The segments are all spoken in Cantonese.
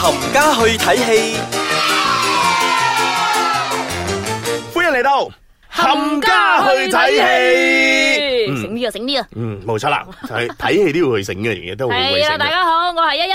冚家去睇戲。欢迎嚟到冚家去睇戲醒嗯啲啊，醒啲啊！嗯，冇錯 啦，就係睇戲都要去醒嘅，而家都好會係醒啦，大嘅。家好，我係一一，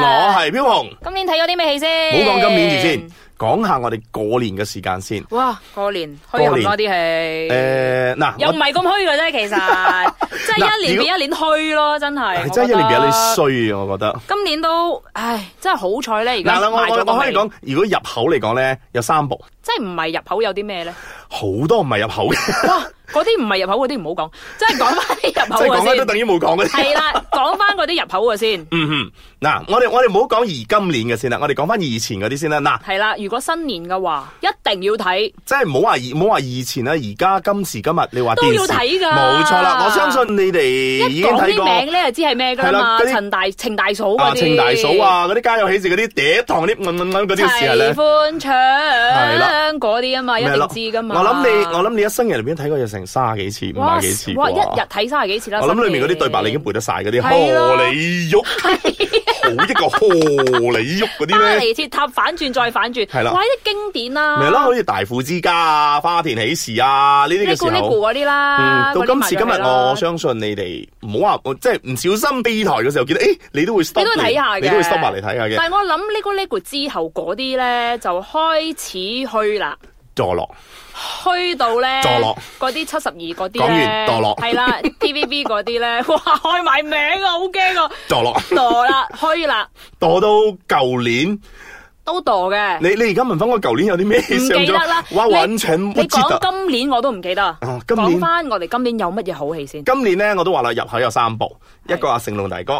我我係飄紅，今年睇咗啲咩戲先？冇講今年住先，。講下我哋過年嘅時間先。哇，過年虛過冚年多啲戲，诶，嗱，又唔我係咁虛嘅啫，其 實即係一年比一年虛咯，真係。係真係一年比一年我覺得。衰啊，我覺得。今年都，唉，真係好彩咧，而嗱，家我賣我咗我可以個尾，講，如果入口嚟講咧，有三部，即係唔係入口有啲咩咧？ 好多唔係入口嘅，哇，嗰啲唔係入口嗰啲唔好講，即係講翻啲入 即係口講咧嘅都先。等於冇講嘅。係啦，講翻嗰啲入口嘅先。嗯哼，嗱，我哋我哋唔好講而今年嘅先啦，我哋講翻以前嗰啲先啦。嗱，係啦，如果新年嘅話，一定要睇。即係唔好話以唔好話以前啦，而家今時今日你話都電要視睇㗎冇錯啦。我相信你哋已一經講睇啲名過咧，就知係咩㗎係啦啦嘛，嗰啲陳大、程大嫂嗰啊，啲，程大嫂，啊，嗰啲家有喜事嗰啲嗲糖啲嗯嗯嗯嗰啲事係齊咧。歡唱啦嗰啲啊嘛，一咪定係咯知㗎嘛。我諗你，我諗你一生人入邊睇過有成卅幾次、五哇廿幾次哇，一日啩。睇三十幾次啦。我諗裏面嗰啲新年對白你已經背得晒嗰啲，係咯啊荷里喐，好一個荷里喐嗰啲巴咧，黎鐵塔反轉再反轉，係啦哇！啲經典啦，咪係咯，好似大富之家啊、花田喜事啊呢啲呢嘅個時呢候個。嗰啲啦，嗯，到嗰啲今埋時咗今日，嚟啦我相信你哋唔好話，我即係唔小心避台嘅時候，見到誒，你都會 stop，你都會睇下嘅你都會 stop 埋嚟睇下嘅，但係我諗呢個呢個之後嗰啲咧就開始虛啦。墮落虛到咧，墮落嗰啲七十二嗰講啲完咧，墮落 係啦，TVB 嗰啲 咧，哇開埋名啊，好驚啊！墮落墮啦，虛啦，墮到舊年，都墮嘅。你你而家問翻我舊年有啲咩唔上記得啦，咗？哇，你揾錢不你知講道。今年我都唔記得啊啊今年講翻我哋今年有乜嘢好戲先？今年咧，我都話啦，入口有三部，一個阿成龍大哥，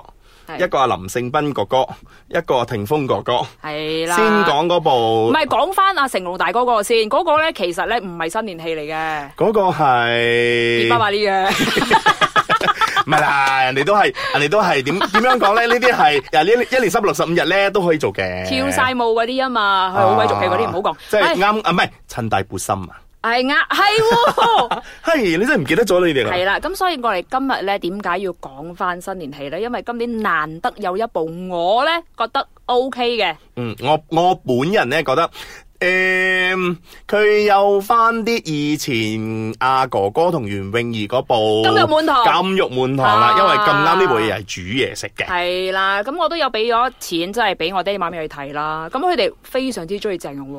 係一個阿林勝斌哥哥，一個阿霆鋒哥哥。係啦，先講嗰唔部，係講翻阿成龍大哥嗰個先，嗰個咧其實咧唔係新年戲嚟嘅，嗰個係二百萬 呢嘅，唔係啦，人哋都係，人哋都係點點樣講咧？呢啲係，嗱呢一年三百六十五日咧都可以做嘅。跳晒舞嗰啲啊嘛，係好鬼俗氣嗰啲唔好講。即係係啱啊，唔係趁大撥心啊！係呃係喎。嘿，你真係唔記得咗你哋啦。係啦，啊咁所以我哋今日咧點解要講翻新年戲咧？因為今年難得有一部我咧覺得 O K 嘅，嗯，我我本人咧覺得。誒，佢、有翻啲以前阿哥哥同袁詠儀嗰部金玉滿堂金玉滿堂啦，啊因為咁啱呢部嘢係煮嘢食嘅，係啦，咁我都有俾咗錢，真係俾我爹哋媽咪去睇啦。咁佢哋非常之中意鄭容和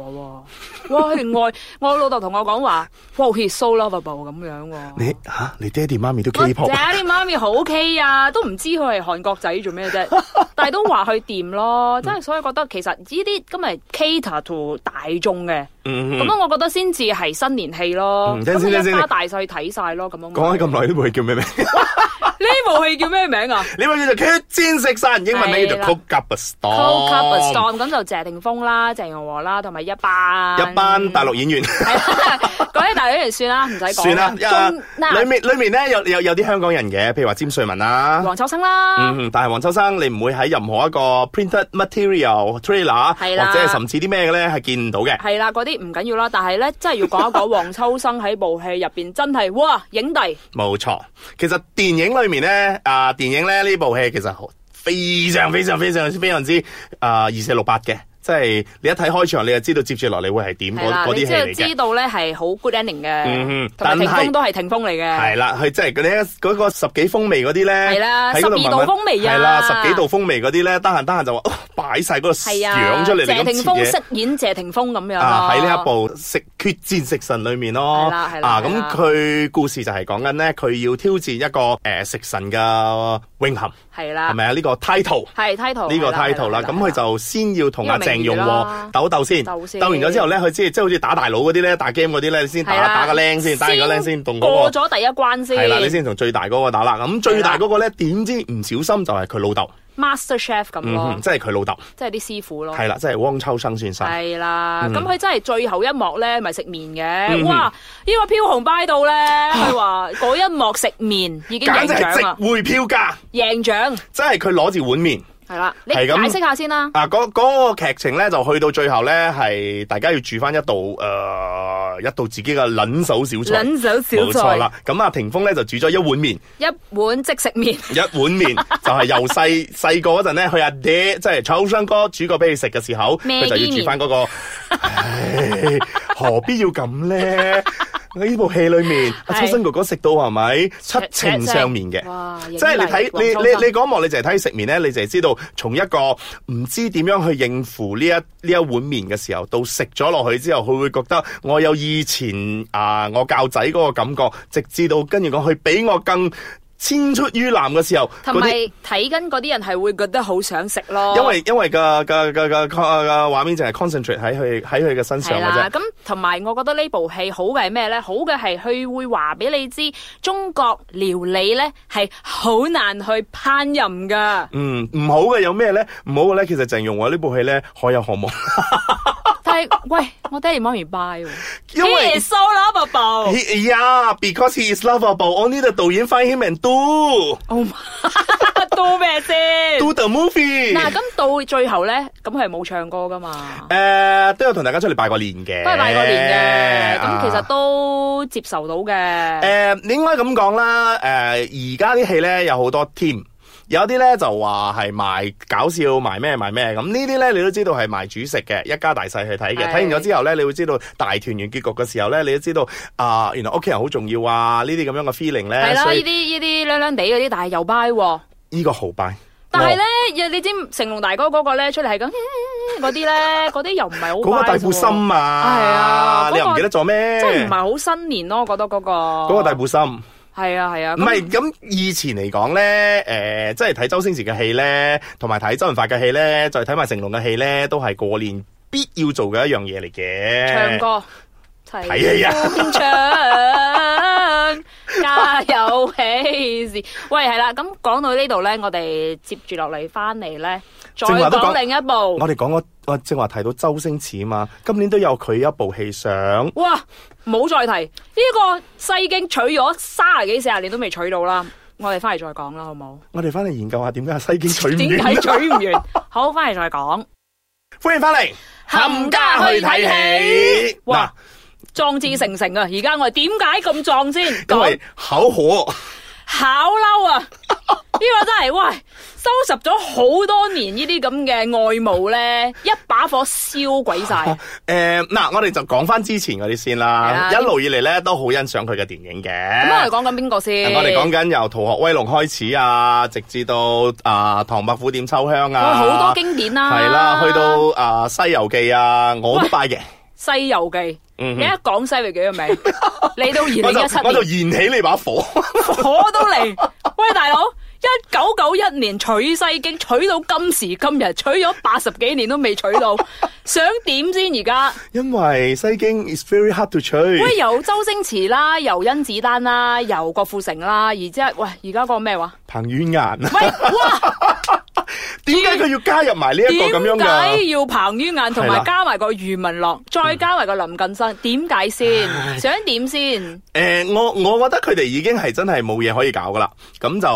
喎，哇！佢哋愛我老豆同我講話，wow he's so lovable 咁樣喎。你嚇、你爹哋媽咪都我 K-pop 啊爹哋媽咪好 K 啊，都唔知佢係韓國仔做 咩啫，但係都話佢掂咯，真係所以覺得其實呢啲今日 cater to 大眾嘅。嗯，咁嗯樣我覺得先至係新年戲咯。嗯咁等陣先你一等陣家先大細睇晒咯，咁樣。講開咁耐呢部戲叫咩名？呢部戲叫咩名啊 呢部叫做《決戰食神》，英文名叫做係《啦 Cook Up a Storm》。 ？Cold Cup of Storm 咁就謝霆鋒啦、鄭容和啦，同埋一班一班大陸演員。係啦 嗰啲大陸人算啦，唔使講。算啦，因為中裏嗱，面裏面咧有有有啲香港人嘅，譬如話詹瑞文啦，黃秋生啦，嗯，但係黃秋生你唔會喺任何一個 printed material trailer 係啦或者係甚至啲咩嘅咧係見唔到嘅。係啦，嗰啲唔緊要啦。但係咧，真係要講一講黃秋生喺部戲入邊真係哇影帝，冇錯，其實電影裏面咧啊，電影咧呢部戲其實好非常非常非常非常之啊二四六八嘅，即係你一睇開場你就知道接住落嚟會係點係嗯嗰啦，嗰啲你即戲嚟係知嘅。道咧係好 good ending 嗯嘅哼，同埋但霆係鋒都係霆鋒嚟嘅。係啦，佢即係嗰啲嗰個十幾風味嗰啲咧，係啦喺嗰度12慢慢道風味啊係啦，十幾度風味嗰啲咧，得閒得閒就話哦擺晒嗰個係啊，樣出嚟，你謝咁霆切鋒嘢。飾演謝霆鋒咁樣啊！喺呢一咯部《食決戰食神》裏面咯，係啦係啦啊係咁啦佢故事就係講緊咧，佢要挑戰一個誒、呃食神嘅榮銜，係啦，係咪啊？呢、個 title 係 title 呢個哦係啦 title 啦，係咁佢係就先要同阿呢個名鄭容義和啦鬥鬥先，鬥先鬥完咗之後咧，佢即係即係好似打大佬嗰啲咧，打 game 嗰啲咧，先打係啦打個僆先，打完個僆先動嗰過個。咗第一關先，係啦，你先同最大嗰個打啦。咁最大係啦嗰個咧，點知唔小心就係佢老豆， Master Chef 咁嗯咯哼，，即係佢老豆，即係啲師傅咯，係啦，即係汪秋生先生。哦係啦。嗯咁佢真係最後一幕咧，咪食麵嗯啊嘅，哇！呢個飄紅拜到咧，佢話嗰一幕食麵已經簡贏直獎係啦值，回票價，贏獎即係佢攞住碗面，系啦，你係咁解釋下先啦。啊，嗰嗰、個劇情咧就去到最後咧，係大家要住翻一道誒、呃一道自己嘅撚手小菜，撚手冇小錯菜，啦。咁啊，霆鋒咧就煮咗一碗面，一碗即食面，一碗 面就係由細細個嗰陣咧，佢阿爹即係秋生哥煮過俾佢食嘅時候，咩佢就要煮翻嗰、個。唉，何必要咁 咧？喺呢部戲裏面，阿係秋生哥哥食到係咪七情上面嘅？哇！即即係你睇你你你嗰一幕，你就係睇食麵咧，你就係知道從一個唔知點樣去應付呢一呢一碗麵嘅時候，到食咗落去之後，佢會覺得我有以前啊、我教仔嗰個感覺，直至到跟住講佢比我更千出於藍嘅時候，同嗰埋啲睇緊嗰啲人係會覺得好想食咯，因為因為個個個個個個畫面就係 concentrate 喺佢喺佢嘅身係上嘅啫。啦。。咁同埋我覺得呢部戲好嘅係咩咧？好嘅係佢會話俾你知，中國料理咧係好難去烹飪噶 嗯，唔好嘅有咩咧？唔好嘅咧，其實鄭容華呢部戲咧可有可無，但係喂，我爹哋媽咪 buy 喎，因為。 so lovable。 He, yeah, because he is lovable. Only the 導演 find him and do Oh my- 都咩先？ do the movie。嗱，咁到最後咧，咁佢係冇唱歌噶嘛，誒都有同大家出嚟拜過年嘅，都係拜過年嘅，咁其實啊。都接受到嘅。誒，你應該咁講啦。誒，而家啲戲咧有好多 team，有啲咧就話係賣搞笑、賣咩賣咩咁。呢啲咧你都知道係賣主食嘅，一家大細去睇嘅。睇係完咗之後咧，你會知道大團圓結局嘅時候咧，你都知道啊，原來屋企人好重要啊。呢啲咁樣嘅 feeling 係咧，啦，所呢啲以呢啲孏孏地嗰啲，但係又 buy 喎。呢個豪拜。但係咧，你知成龍大哥嗰個咧出嚟係咁 嗰啲咧，嗰啲又唔係好我，嗰個 buy 大啫喎布心啊，係啊你又嗰唔個記得咗咩？即係唔係好新年咯？我覺得嗰個嗰嗰個大布心。係啊係啊，唔係咁以前嚟講咧，誒、即係睇周星馳嘅戲咧，同埋睇周潤發嘅戲咧，再睇埋成龍嘅戲咧，都係過年必要做嘅一樣嘢嚟嘅。唱歌。睇戲啊齊唱！家有喜事。喂，係啦，咁講到呢度咧，我哋接住落嚟翻嚟咧，再正話都講講另一部。我哋講我我正話提到周星馳啊嘛，今年都有佢一部戲上，哇，冇再提呢、個西京取咗三十幾四十年都未取到啦，我哋翻嚟再講啦，好冇？我哋翻嚟研究下點解西京取點唔解完。取唔完？好，翻嚟再講。歡迎翻嚟，冚家去睇戲。嗱哇，壯志成城啊！而家我哋點解咁 壯先？因講為口可。考嬲啊！呢個真係喂，收拾咗好多年呢啲咁嘅外務咧，一把火燒鬼 晒。誒嗱、我哋就講翻之前嗰啲先啦，係啊一路以嚟咧都好欣賞佢嘅電影嘅。咁啊我哋講緊邊個先？我哋講緊由《逃學威龍》開始啊，直至到啊《唐伯虎點秋香》哇啊，好多經典啦，係啦，去到啊《西遊記》啊，我都拜嘅。 《西遊記》。嗯你一講西遊記嘅名，嚟到二 零我就一七我就年，燃起你把火， 火都嚟。喂，大佬，一九九一年取西經，取到今時今日，取咗八十幾年都未取 到，想點先而家？因為《西經》is very hard to 喂，取。由周星馳啦，由甄子丹啦，由郭富城啦，而之後喂，而家嗰個咩話？彭于晏，喂，哇， 點解佢要加入埋呢一個點咁樣解㗎？要彭于晏同係埋啦嗯加埋個余文樂，再加埋個林近生？點解先？想點先？誒，我我覺得佢哋已經係真係冇嘢可以搞㗎啦。咁就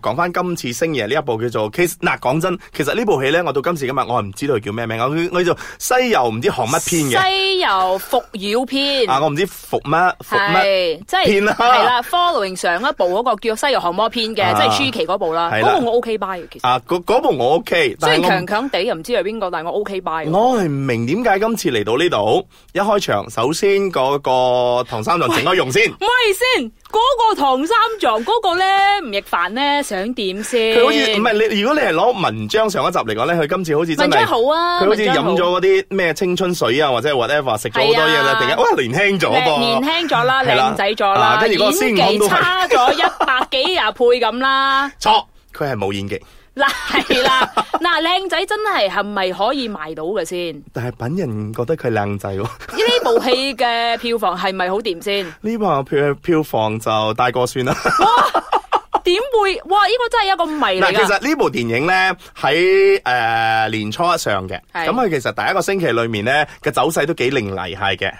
講翻今次星爺呢一部叫做《Case》。嗱，講真，其實呢部戲咧，我到今時今日我係唔知道佢叫咩名，我我叫做《西遊唔知行乜篇》嘅。西遊伏妖篇。啊，我唔知服乜服乜，係，即片係啦係啦，following 上一部嗰個叫《西遊降魔篇》嘅，啊即係舒淇嗰部啦，係啦嗰部我 OK buy 嘅，其實啊嗰嗰部我 OK，雖但然係強強地又唔知係邊個，但係我 OK buy 嘅。我我係唔明點解今次嚟到呢度一開場，首先嗰個唐三藏整開容先，喂先，嗰、個唐三藏嗰、個咧吳亦凡咧想點先？佢好似唔係你，如果你係攞文章上一集嚟講咧，佢今次好似真文章係。好啊，佢好似飲文章咗嗰啲咩青春水啊，或者 whatever 食咗好多嘢係啦，啊突然間哇年輕咗靚年噃，輕咗啦，係啦靚仔咗啊啦，跟住嗰個孫悟空演都技係差咗一百幾廿倍咁啦。 錯，佢係冇演技，嗱係啦，嗱靚仔真係係咪可以賣到嘅先？但係品人覺得佢靚仔喎。 呢部戲嘅票房係咪好掂先？呢部票票房就大過算啦。 點會？哇！呢個真係一個謎嗱，嚟其㗎。實呢部電影咧喺誒年初一上嘅，係 咁佢其實第一個星期裏面咧嘅走勢都幾凌厲係嘅。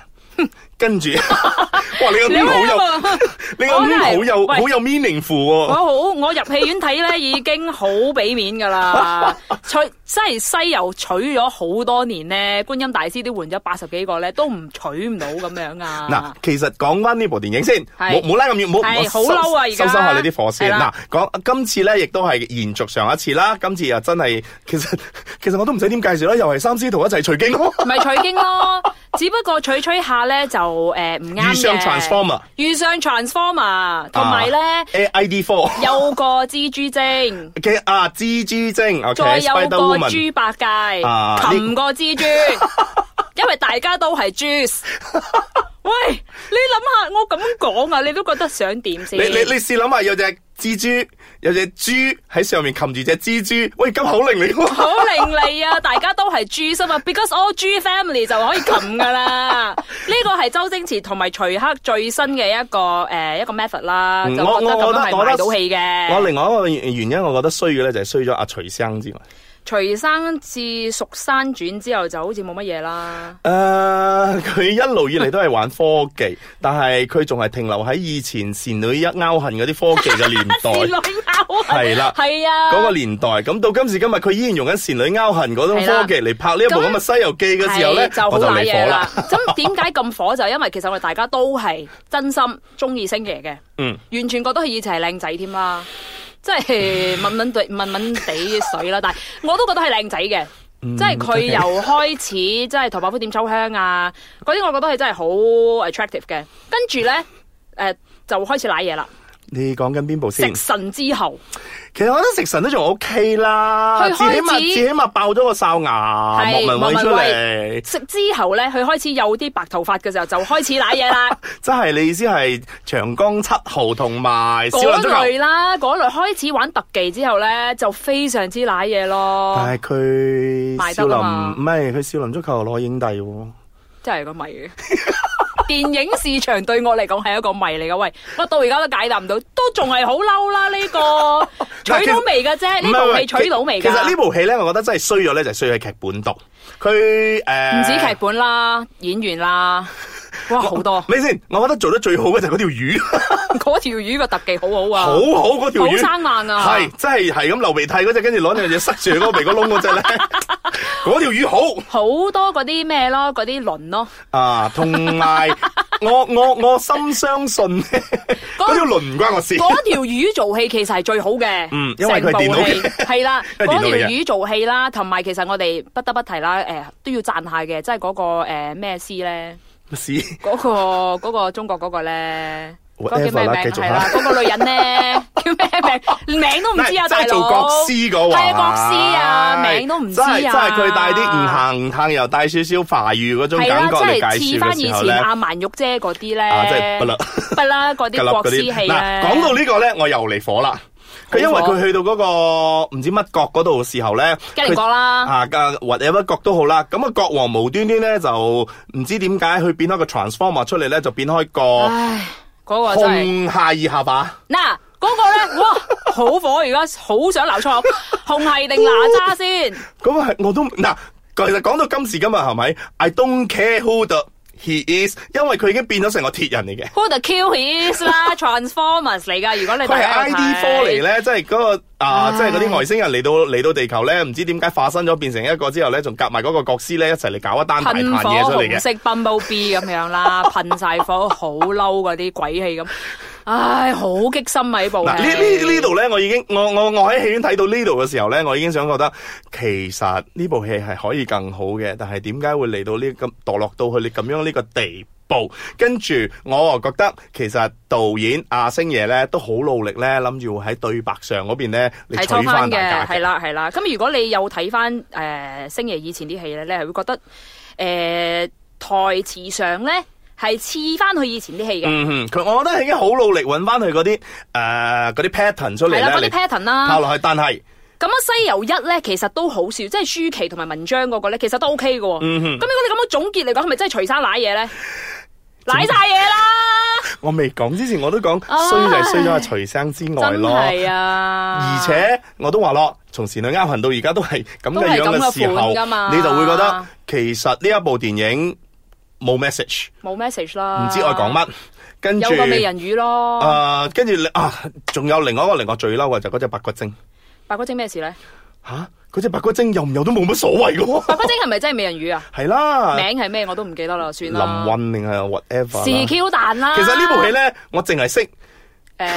跟住， 哇！你個你 meme 好有，有 冇你個我真 meme 係好有喂好有 meaningful 我喎。好，我入戲院睇咧已經好俾面 噶啦，取真係西遊取咗好多年咧，觀音大師都換咗八十幾個咧，都唔取唔到咁樣嗱啊！，其實講翻呢部電影先，係冇冇拉咁遠，冇係我好收嬲啊而家收收下你啲火先。係嗱啦，講今次咧，亦都係延續上一次啦。今次又真係， 其實其實我都唔使點介紹啦，又係三師徒一齊取經咯，咪取經咯，只不過取取下咧就誒唔啱嘅。遇上 Transformer 遇上 transformer，同埋咧啊 A I D Four 有個蜘蛛精。嘅啊蜘蛛精，OK 再有 Spider 個 Woman 豬八戒啊，呢擒個蜘 蛛，因為大家都係 juice。喂，你諗下，我咁講啊，你都覺得想點先？你你你試諗下，有隻蜘蛛，有隻豬喺上面擒住隻蜘蛛，喂，咁口令嚟 喎。好伶俐啊！ 大家都係豬啊嘛，because all 豬 family 就可以擒噶 啦。呢個係周星馳同埋徐克最新嘅一個誒、呃一個 method 啦，嗯就覺得我我咁樣係我覺得賣到戲嘅。我另外一個原因，我覺得衰嘅咧就係衰咗阿徐生之外。徐生自《蜀山傳》之後就好似冇乜嘢啦。誒、 佢一路以嚟都係玩科 技，但係佢仲係停留喺以前倩女一勾痕嗰啲科技嘅年 倩代，女幽魂哦係啦係啊，嗰個年代。咁到今時今日，佢依然用緊倩女勾痕嗰種科技嚟拍呢一部咁嘅《西遊記》嘅時候咧係，就好我就賴嚟嘢火啦啦。。咁點解咁火？就因為其實我哋大家都係真心中意星爺嘅，嗯，完全覺得佢以前係靚仔添啦，即 係敏敏地敏敏地水啦。但係我都覺得係靚仔嘅。嗯即係佢由開始，即係《唐伯虎點秋香》啊，嗰啲我覺得係真係好 attractive 嘅。跟住呢，誒、就開始賴嘢啦。你講緊邊部食先？神之後，其實我覺得食神都仲 OK 啦，佢至開起碼始至起碼爆咗個哨牙，係莫文蔚莫文出蔚嚟。食之後呢，佢開始有啲白頭髮嘅時候，就開始賴嘢啦。即係你意思係長江七號同埋少嗰林足球。類啦，嗰類開始玩特技之後咧，就非常之濑嘢咯，但係佢賣少得林啊嘛唔係佢少林足球攞影帝喎。真係個謎 嘅。電影市場對我嚟講係一個謎嚟噶，喂，我到而家都解答唔到，都仲係好嬲啦！呢、個 嗱取到未嘅啫，唔係呢部喂戲取到未其㗎？其實呢部戲咧，我覺得真係衰咗咧，就係衰喺劇本度。佢誒，唔唔止劇本啦，演員 ！啦，哇，好多咪先，我覺得做得最好嘅就係嗰 條魚，嗰條魚個特技好好啊，好好嗰條好魚，生硬啊，係真係係咁流鼻涕嗰只，跟住攞兩隻嘢塞住嗰個鼻哥窿嗰只 咧，嗰條魚好好多嗰啲咩咯，嗰啲輪咯，啊，同埋我我我深相信呢嗰條輪唔關我事。 嗰條魚做戲其實係最好嘅，嗯因為佢係電 腦嘅成部戲係啦，因為電腦嗰條嚟嘅魚做戲啦，同埋其實我哋不得不提啦，誒、都要讚下嘅，即係嗰、個誒咩師咧， 屎嗰、個嗰、個中國嗰個咧。嗰個叫 Whatever 咩啦名繼續係啦啦，嗰個 女人咧叫咩名？名都唔知啊，真大係佬。做國師嗰位，係啊，國師啊，名都唔知啊。真係真係佢帶啲唔行唔行，又帶少少華語嗰種係感啦，覺即嚟係介似紹嘅翻以時候前咧，阿曼玉姐嗰啲咧。啊，真係不啦。不啦，嗰吉粒啲國師戲咧。嗱，講到呢個咧，我又嚟火啦。佢因為佢去到嗰個唔知乜國嗰度嘅時候咧，吉靈國佢啦。啊嘅或者乜國都好啦，咁啊國王無端端咧就唔知點解佢變開個 transformer 出嚟咧，就變開個唉，嗰、個真係紅下二下巴，嗱，嗰、個咧，哇，好火！而家好想鬧錯，紅係定哪吒先？咁啊我都嗱，其實講到今時今日係咪？I don't care who the he is，因為佢已經變咗成個鐵人嚟嘅。 Who the Q is 啦，Transformers 嚟噶。如果你佢係 ID 科嚟咧，咧，即係嗰個啊，唉即係嗰啲外星人嚟到嚟到地球咧，唔知點解化身咗變成一個之後咧，仲夾埋嗰個角師咧一齊嚟搞一單大噴壇火嘢出嚟紅嘅。色 Bumblebee 咁 樣啦，噴晒火，好嬲嗰啲鬼氣咁。唉，好激心啊！呢部嗱，呢呢呢度咧，我已經我我我喺戲院睇到呢度嘅時候咧，我已經想覺得其實呢部戲係可以更好嘅，但係點解會嚟到呢咁墮落到去你咁樣呢個地步？跟住我又覺得其實導演阿星爺咧都好努力咧，諗住會喺對白上嗰邊咧嚟係取抽翻翻大家嘅，嘅係啦係啦。咁如果你有睇翻誒星爺以前啲戲咧，你係會覺得誒、呃台詞上咧係似翻佢以前啲戲嘅。嗯哼，佢我覺得已經好努力揾翻佢嗰啲誒嗰啲 pattern 出嚟係啦，嗰咧，啲嚟 pattern 拋啦。落去。但係咁啊，《西遊一》咧其實都好笑，即係舒淇同埋文章嗰個咧，其實都 OK 嘅喎。嗯咁、如果你咁樣總結嚟講，係咪真係徐生賴嘢 咧？賴晒嘢啦，我未講之前，我都講唉衰就係衰咗阿徐生之外真咯，係啊！而且我都話咯，從倩女勾痕到而家都係咁都嘅係樣咁嘅嘅時候款㗎，嘛你就會覺得其實呢一部電影冇 message，冇 message 啦，唔知我講乜，跟有住個美人魚咯，誒，跟住你啊，仲有另外一個令我最嬲嘅就係嗰只白骨精 白骨精咩事咧？吓，嗰只白骨精有唔有都冇乜所謂嘅白喎，骨精係咪真係美人魚 啊？係啦，名係咩我都唔記得啦，算林啦。韻定係 whatever 是啦 Q 彈啦。其實呢部戲咧，我淨係識誒，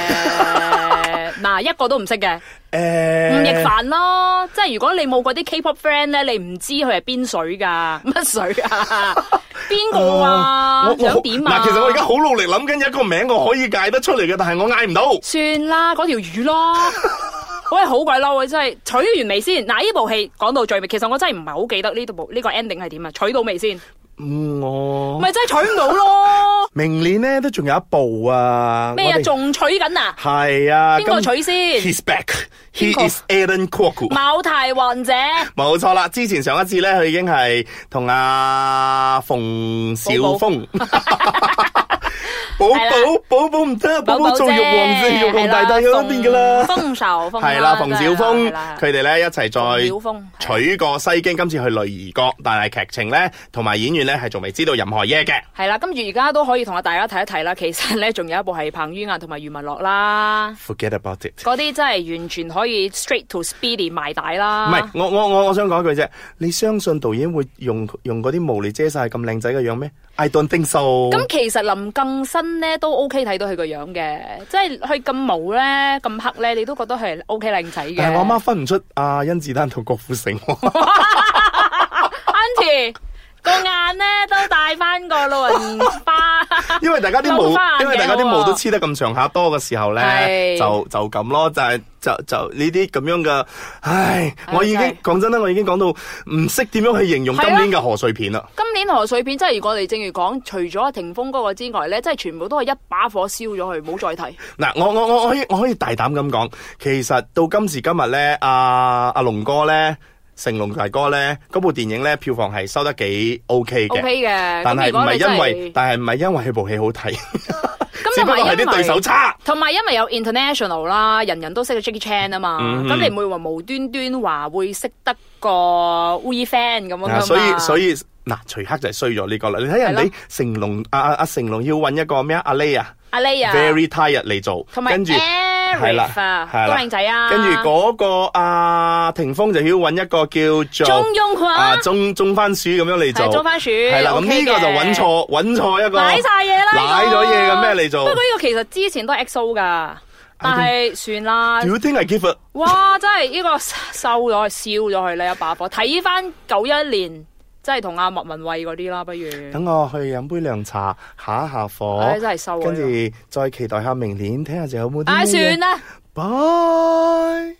嗱一個都唔識嘅，誒吳亦凡咯，即係如果你冇嗰啲 K-pop friend 咧，你唔知佢係邊 水㗎，乜水啊？邊個哦啊我？我想點啊？嗱，其實我而家好努力諗緊一個名我可以解得出嚟嘅，但係我嗌唔到。算啦，嗰條 魚咯。喂，好鬼嬲啊！真係取完未先？嗱，呢部戲講到最尾，其實我真係唔係好記得呢度部呢個 ending 係點啊？取到未先？嗯，我咪真係取唔到 咯？明年咧都仲有一部啊。咩我啊？哋仲取緊啊？係啊。邊個今取先？à, ？He's back. 邊個 He is Alan Kwok. 某提患 者，冇錯啦，之前上一次咧，佢已經係同阿馮小峰。寶寶寶寶唔得，寶寶做玉皇姐玉皇大帝嗰邊噶啦。豐仇啊豐係啦，馮小峰佢佢哋咧一齊馮小再峰取過西京，今次去女兒國，但係劇情咧同埋演員咧係仲未知道任何嘢嘅。係啦，跟住而家都可以同啊大家睇一睇啦。其實咧，仲有一部係彭于晏同埋余文樂啦， Forget about it。嗰啲真係完全可以 straight to speedy 賣帶啦。唔係，我我我我想講一句啫，你相信導演會用用嗰啲毛嚟遮晒咁靚仔嘅樣咩？I don't think so。咁其實林更新咧都 OK 睇到佢個樣嘅，即係佢咁毛咧、咁黑咧，你都覺得佢係 OK 靚仔嘅。但係我阿媽分唔出阿甄子丹同郭富城喎， Auntie 個眼咧都戴翻個老人花，因為大家啲留返毛，眼因為大家啲鏡喎毛都黐得咁上下多嘅時候咧，係就就咁咯，就係就就呢啲咁樣嘅，唉，唉我已經真係講真啦，我已經講到唔識點樣去形容今係啊年嘅賀歲片啦。今年賀歲片真係如我哋正如講，除咗霆鋒嗰個之外咧，真係全部都係一把火燒咗佢，冇再提。嗱，我我我我可以我可以大膽咁講，其實到今時今日咧，阿、阿龍哥咧，成龍大哥咧，嗰部電影咧票房係收得幾 OK 嘅 O K 嘅，但咁係如唔果係你真因為，但係唔係因為佢部戲好睇，咁只不過同埋係因啲為對手差。同埋因為有 international 啦，人人都識嘅 Jackie Chan 啊嘛，嗯咁、你唔會話無端端話會識得個 We Fan 咁樣啊噶所以所以以嗱，徐克就係衰咗呢個啦。你睇人係哋咯成龍，阿阿阿成龍要揾一個咩啊？阿 Lay 啊阿 Lay 啊， ，Very Tired 嚟做，同埋跟住 Eric 啊，係啦都靚仔啊，跟住嗰個阿霆鋒就要揾一個叫中做庸佢啊中中番薯咁樣嚟係中做。番薯，係啦，咁 OK 呢個就嘅揾，錯揾錯一個，奶晒嘢啦，奶咗嘢嘅嘅咩你做不過呢個其實之前都係 XO 噶，但係算啦 Do。you think I give a 哇！真係呢個 收咗佢，燒咗佢呢一把火。睇翻九一年，即係同阿莫文蔚嗰啲啦，不如。等我去飲杯涼茶下一下火唉，，真係收啊。跟住再期待下明年，睇下仲有冇啲咩唉，嘢算啦。 Bye。